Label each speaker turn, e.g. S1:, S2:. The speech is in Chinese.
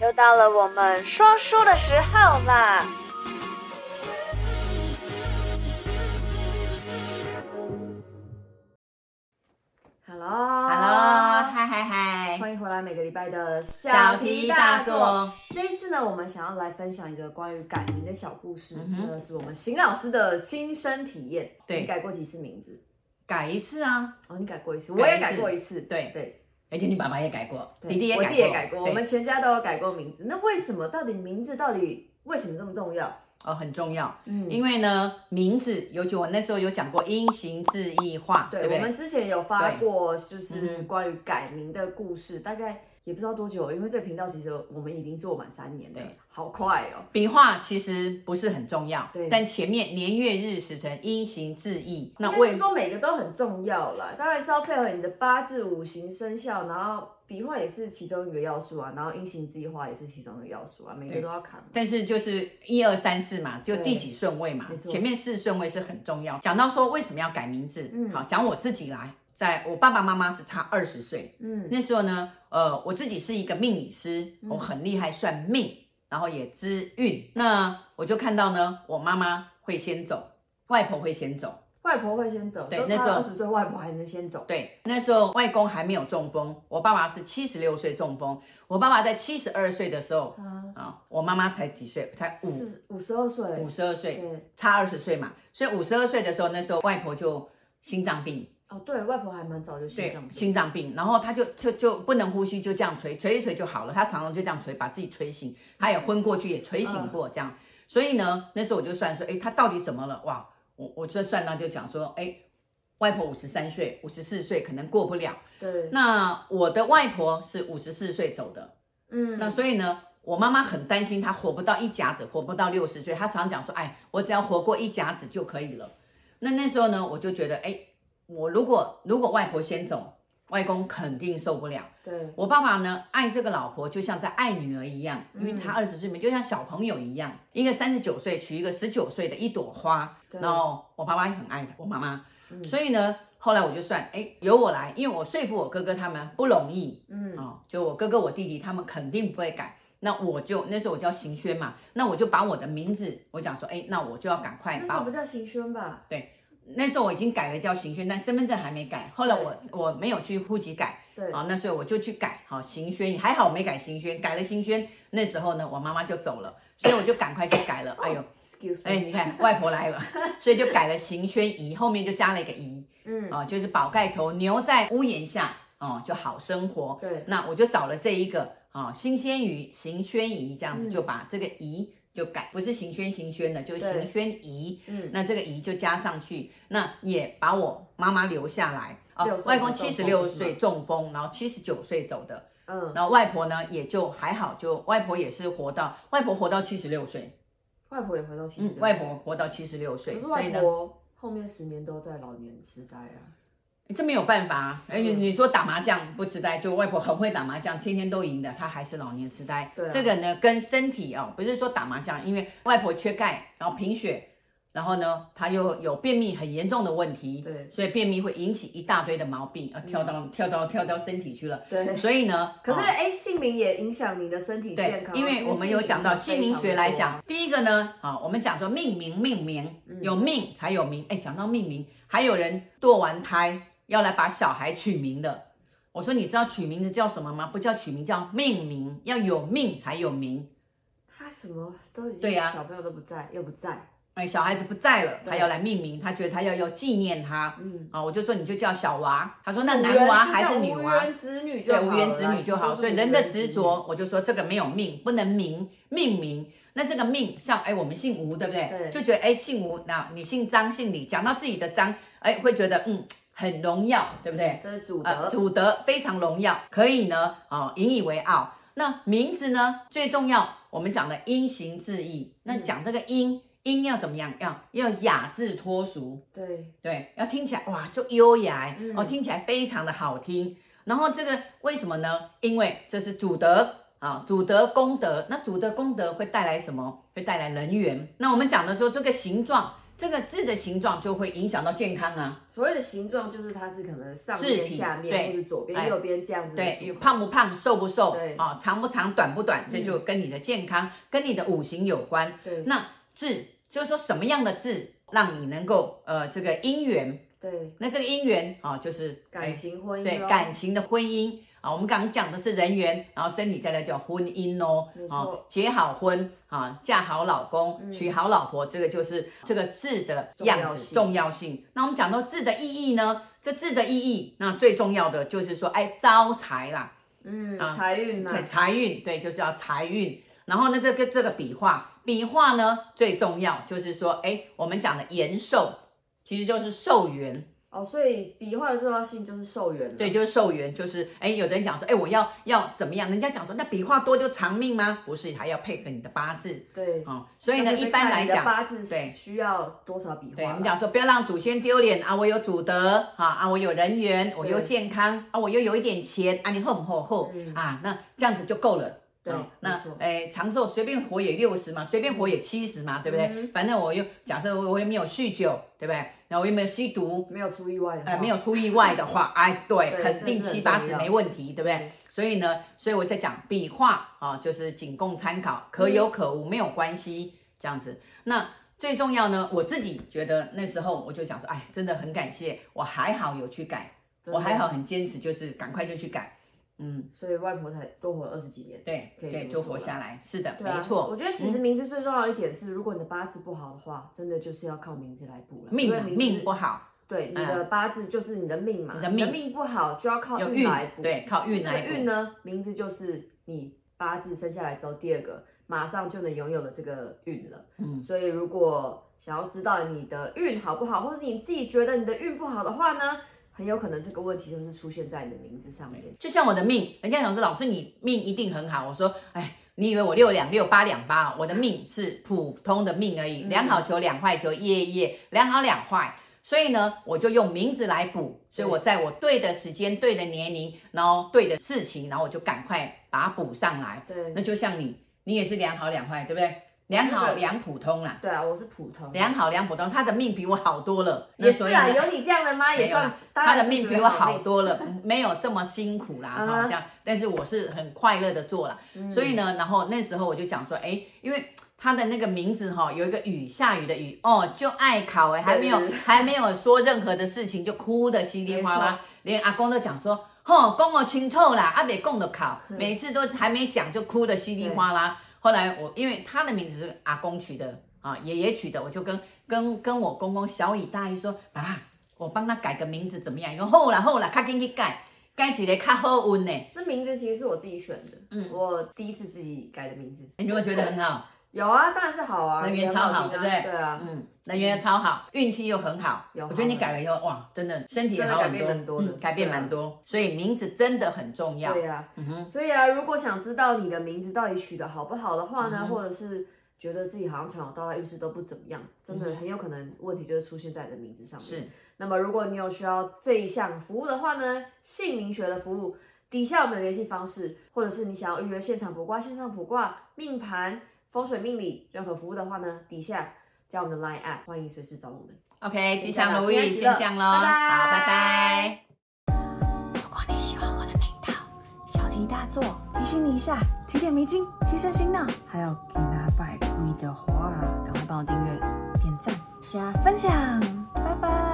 S1: 又到了我们说书的时候啦！
S2: Hello，
S1: Hello，Hello，
S2: 嗨嗨嗨！
S1: 欢迎回来每个礼拜的
S2: 小题大做。
S1: 这一次呢，我们想要来分享一个关于改名的小故事，
S2: 嗯哼
S1: 那是我们邢老师的亲身体验。
S2: 对
S1: 你改过几次名字？
S2: 改一次啊！
S1: 哦，你改过一次，
S2: 改一次
S1: 我也改过一次。
S2: 对
S1: 对，
S2: 而且你爸爸也改过，
S1: 对
S2: 弟弟也
S1: 我
S2: 改
S1: 弟
S2: 过，
S1: 也改过，
S2: 对
S1: 我们全家都有改过名字。那为什么？到底名字到底为什么这么重要？
S2: 哦很重要，
S1: 嗯
S2: 因为呢名字，尤其我那时候有讲过音形字义化，
S1: 对，
S2: 不对？
S1: 我们之前有发
S2: 对
S1: 过，就
S2: 嗯
S1: 是
S2: 哼
S1: 关于改名的故事，大概也不知道多久，因为这个频道其实我们已经做满三年了
S2: 对，
S1: 好快哦。
S2: 笔画其实不是很重要，
S1: 对
S2: 但前面年月日时辰音形字义，那
S1: 应该
S2: 为
S1: 是说每个都很重要啦，当然是要配合你的八字、五行、生肖，然后笔画也是其中一个要素啊，然后阴形计划也是其中一个要素啊，每个
S2: 对
S1: 都要看。
S2: 但是就是一二三四嘛，就第几顺位嘛
S1: 没，错
S2: 前面四顺位是很重要。讲到说为什么要改名字，
S1: 嗯
S2: 好，讲我自己来，在我爸爸妈妈是差二十岁，
S1: 嗯，
S2: 那时候呢，呃，我自己是一个命理师，
S1: 嗯
S2: 我很厉害算命，然后也知运。那我就看到呢，我妈妈会先走，外婆会先走。
S1: 外婆会先走，
S2: 对
S1: 都
S2: 那时
S1: 差
S2: 候
S1: 二十岁，外婆还能先走。
S2: 对，那时候外公还没有中风，我爸爸是七十六岁中风，我爸爸在七十二岁的时候
S1: 啊，
S2: 啊，我妈妈才几岁，才五
S1: 四五十二岁，
S2: 五十二岁，
S1: 对，
S2: 差二十岁嘛。所以五十二岁的时候，那时候外婆就心脏病，
S1: 哦，对外婆还蛮早就心
S2: 对
S1: 脏，病，
S2: 心脏病，然后他就就就不能呼吸，就这样垂垂一垂就好了。他常常就这样垂，把自己垂醒，他也昏过去，也垂醒
S1: 嗯
S2: 过这样。所以呢，那时候我就算说，哎，他到底怎么了？哇，我我就算到就讲说，哎，外婆五十三岁、五十四岁可能过不了。
S1: 对，
S2: 那我的外婆是五十四岁走的，
S1: 嗯，
S2: 那所以呢，我妈妈很担心她活不到一甲子，活不到六十岁。她常讲说：“哎，我只要活过一甲子就可以了。”那那时候呢，我就觉得，哎，我如果如果外婆先走，外公肯定受不了。
S1: 对，
S2: 我爸爸呢，爱这个老婆就像在爱女儿一样，
S1: 嗯
S2: 因为他二十岁嘛，就像小朋友一样，一个三十九岁娶一个十九岁的一朵花。
S1: 对
S2: 然后我爸爸也很爱我妈妈，
S1: 嗯
S2: 所以呢，后来我就算，哎，由我来，因为我说服我哥哥他们不容易，
S1: 嗯，
S2: 哦，就我哥哥、我弟弟他们肯定不会改。那我就那时候我叫邢轩嘛，那我就把我的名字，我讲说，哎，那我就要赶快
S1: 那时
S2: 把
S1: 候
S2: 我。
S1: 不叫行轩吧？
S2: 那时候我已经改了叫邢轩，但身份证还没改。后来我我没有去户籍改，
S1: 对，
S2: 好、那时候我就去改，好、邢轩还好我没改邢轩，改了邢轩，那时候呢，我妈妈就走了，所以我就赶快去改了。哎呦，
S1: excuse
S2: 哎，
S1: me，
S2: 你看外婆来了， 所以就改了邢轩姨，后面就加了一个姨，
S1: 嗯，
S2: 哦，就是宝盖头牛在屋檐下，哦，就好生活。
S1: 对，
S2: 那我就找了这一个啊、新鲜鱼行轩仪这样子，
S1: 嗯
S2: 就把这个仪就改，不是行轩行轩的，就是
S1: 对
S2: 行轩仪。
S1: 嗯，
S2: 那这个仪就加上去，那也把我妈妈留下来啊、
S1: 六岁
S2: 外公
S1: 中
S2: 七十
S1: 风
S2: 六
S1: 是吗
S2: 岁中风，然后七十九岁走的，
S1: 嗯，
S2: 然后外婆呢也就还好，就外婆也是活到外婆活到七十六岁，
S1: 外婆也回到七十
S2: 嗯，
S1: 六，
S2: 外婆活到七十六岁，
S1: 可是
S2: 所以
S1: 外
S2: 呢，
S1: 婆后面十年都在老年痴呆啊。
S2: 这没有办法、啊。哎、你
S1: 嗯
S2: 你说打麻将不痴呆，就外婆很会打麻将，天天都赢的，她还是老年痴呆。
S1: 对啊
S2: 这个呢跟身体哦，不是说打麻将，因为外婆缺钙，然后贫血，然后呢她又有便秘很严重的问题，
S1: 对嗯
S2: 所以便秘会引起一大堆的毛病，呃，跳到、跳到跳到身体去了。
S1: 对，
S2: 所以呢，
S1: 可是
S2: 哦
S1: 哎、姓名也影响你的身体健
S2: 对，
S1: 康，
S2: 因为我们有讲到姓名学来讲，第一个呢，啊、我们讲说命名，命名
S1: 嗯
S2: 有命才有名。哎，讲到命名，还有人堕完胎要来把小孩取名的。我说你知道取名字叫什么吗？不叫取名，叫命名，要有命才有名。
S1: 他什么都已经
S2: 对啊呀
S1: 小朋友都不在，又不在，
S2: 哎，小孩子不在了，
S1: 对
S2: 他要来命名，他觉得他要要纪念他。
S1: 嗯，
S2: 啊、我就说你就叫小娃，他说那
S1: 无
S2: 男
S1: 人
S2: 娃
S1: 就
S2: 还
S1: 叫
S2: 是女
S1: 无
S2: 娃？
S1: 缘子女就
S2: 对，
S1: 好了
S2: 无
S1: 啦
S2: 缘子女就好。所以人的执，
S1: 其实都是
S2: 着，我就说这个没有命，不能名命名。那这个命，像哎，我们姓吴，对不对？
S1: 对
S2: 就觉得哎，姓吴，那你姓张、姓李，讲到自己的张，哎，会觉得嗯，很荣耀，对不对？
S1: 这是祖
S2: 啊，
S1: 德，
S2: 祖德非常荣耀，可以呢，哦，引以为傲。那名字呢，最重要，我们讲的音形字义。那
S1: 嗯
S2: 讲这个音，音要怎么样？要要雅致脱俗，
S1: 对，
S2: 对，要听起来哇，就优雅欸、
S1: 嗯
S2: 哦，听起来非常的好听。然后这个为什么呢？因为这是主德啊，主德功德。那主德功德会带来什么？会带来人缘。那我们讲的说这个形状，这个痣的形状就会影响到健康啊。
S1: 所谓的形状就是它是可能上
S2: 字
S1: 面、
S2: 体
S1: 下
S2: 对
S1: 面或者左
S2: 哎
S1: 边、右边这样子的
S2: 对，
S1: 组合。
S2: 胖不胖，瘦不瘦，
S1: 对嗯
S2: 啊、长不长，短不短，这就跟你的健康、跟你的五行有关。
S1: 对
S2: 那痣就是说什么样的痣让你能够呃这个姻缘？
S1: 对，
S2: 那这个姻缘啊、就是哎
S1: 感情婚姻
S2: 对
S1: 咯
S2: 感情的婚姻啊，我们刚刚讲的是人缘，然后身体再来叫婚姻哦
S1: 没，错
S2: 啊，结好婚啊，嫁好老公，
S1: 嗯
S2: 娶好老婆，这个就是这个字的样子重
S1: 重
S2: 要性。那我们讲到字的意义呢，这字的意义，那最重要的就是说，哎，招财啦，
S1: 嗯
S2: 啊
S1: 财运嘛，
S2: 财财运，对，就是要财运。然后呢，这个这个笔画，笔画呢最重要就是说，哎，我们讲的延寿，其实就是寿元。
S1: 哦，所以笔画的重要性就是寿元了。
S2: 对，就是寿元，就是哎，有的人讲说，哎，我要要怎么样？人家讲说，那笔画多就长命吗？不是，还要配合你的八字
S1: 对，
S2: 哦。所以
S1: 那
S2: 呢，
S1: 会不会
S2: 一般
S1: 看
S2: 来
S1: 你的
S2: 讲，
S1: 八字
S2: 对
S1: 需要多少笔
S2: 对我
S1: 画
S2: 们
S1: 啦？
S2: 讲说，不要让祖先丢脸啊！我有祖德啊啊，我有人缘，我又
S1: 对
S2: 健康啊，我又有一点钱啊，你厚不厚厚、
S1: 嗯
S2: 啊？那这样子就够了。
S1: 对
S2: 啊那
S1: 没错
S2: 哎，长寿随便活也六十嘛，随便活也七十嘛，对不对？
S1: 嗯
S2: 反正我又假设我我又没有酗酒，对不对？然后我又没有吸毒，
S1: 没有出意外的话，
S2: 呃，没有出意外的话，哎，对，
S1: 对
S2: 肯定
S1: 这是嗯很
S2: 七八十
S1: 重要
S2: 没问题，对不对
S1: 对？
S2: 所以呢，所以我在讲笔画啊，就是仅供参考，可
S1: 嗯
S2: 有可无，没有关系，这样子。那最重要呢，我自己觉得那时候我就讲说，哎，真的很感谢，我还好有去改，
S1: 真的
S2: 我还好很坚持，就是赶快就去改，嗯，
S1: 所以外婆才多活了二十几年。
S2: 对
S1: 可以
S2: 对，
S1: 这么说
S2: 就活下来，是的，
S1: 对啊
S2: 没错。嗯
S1: 我觉得其实名字最重要的一点是，如果你的八字不好的话，真的就是要靠名字来补了。
S2: 命
S1: 因为
S2: 啊
S1: 名字
S2: 命不好，
S1: 对，你的八字就是你的命嘛，
S2: 嗯你的
S1: 你
S2: 命
S1: 的命不好就要靠
S2: 有
S1: 运
S2: 运
S1: 来补。，
S2: 对，靠运
S1: 这个
S2: 来
S1: 运
S2: 补，
S1: 呢，名字就是你八字生下来之后第二个马上就能拥有的这个运了。
S2: 嗯，
S1: 所以如果想要知道你的运好不好，或者你自己觉得你的运不好的话呢，很有可能这个问题就是出现在你的名字上面。
S2: 就像我的命，人家想说老师你命一定很好，我说哎，你以为我六两六八两八哦，我的命是普通的命而已，
S1: 嗯
S2: 两好求两坏求，夜夜两好两坏。所以呢，我就用名字来补，所以我在我对的时间、对的年龄，然后对的事情，然后我就赶快把它补上来。
S1: 对
S2: 那，就像你，你也是两好两坏，对不对？两好
S1: 对
S2: 两普通啦，
S1: 对啊，我是普通，
S2: 两好两普通，他的命比我好多了。那
S1: 也是
S2: 所以
S1: 啊，
S2: 呢
S1: 有你这样的吗？也
S2: 没有啦
S1: 算，当
S2: 他
S1: 然
S2: 的
S1: 是
S2: 命
S1: 属于
S2: 比我
S1: 命
S2: 好多了，没有这么辛苦啦，哈、
S1: 啊
S2: 这样。但是我是很快乐的做了，
S1: 嗯
S2: 所以呢，然后那时候我就讲说，哎，因为他的那个名字哈、有一个雨，下雨的雨，哦，就爱考哎，还没有
S1: 对
S2: 还没有说任何的事情就哭的稀里哗啦，连阿公都讲说，吼、公我清楚啦，啊阿北供的考，
S1: 嗯
S2: 每次都还没讲就哭的稀里哗啦。后来我因为他的名字是阿公取的啊，爷爷取的，我就跟跟跟我公公小以大意说，爸爸，我帮他改个名字怎么样？他说好啦好啦，较紧去改，改起来较好运呢。
S1: 那名字其实是我自己选的，
S2: 嗯
S1: 我第一次自己改的名字。
S2: 你有没有觉得很好？
S1: 有啊，当然是好啊，
S2: 那边
S1: 也很
S2: 超好
S1: 听啊
S2: 对不对
S1: 对啊，
S2: 嗯，人缘超好，运气又很好。
S1: 有
S2: 我
S1: 好
S2: 觉得你改了以后，哇，真的身体
S1: 真的
S2: 好
S1: 改
S2: 很
S1: 变
S2: 多，
S1: 蛮多的
S2: 嗯，改变蛮多。所以名字真的很重要。
S1: 对啊。
S2: 嗯哼，
S1: 所以啊，如果想知道你的名字到底取得好不好的话呢，
S2: 嗯哼
S1: 或者是觉得自己好像从小到大运势都不怎么样，真的很有可能问题就是出现在你的名字上面。
S2: 是
S1: 那么如果你有需要这一项服务的话呢，姓名学的服务，底下我们的联系方式，或者是你想要预约现场卜卦、线上卜卦、命盘、风水命理任何服务的话呢，底下加我们的 LINE app，欢迎随时找我们。
S2: OK，吉
S1: 先这样
S2: 祥
S1: 了
S2: 如意，
S1: 平安喜
S2: 先
S1: 乐
S2: 这样喽，
S1: 拜拜
S2: 好，拜拜。
S3: 如果你喜欢我的频道，小题大做，提醒你一下，提点迷津，提升醒脑。还有给拿百贵的话，赶快帮我订阅、点赞、加分享，拜拜。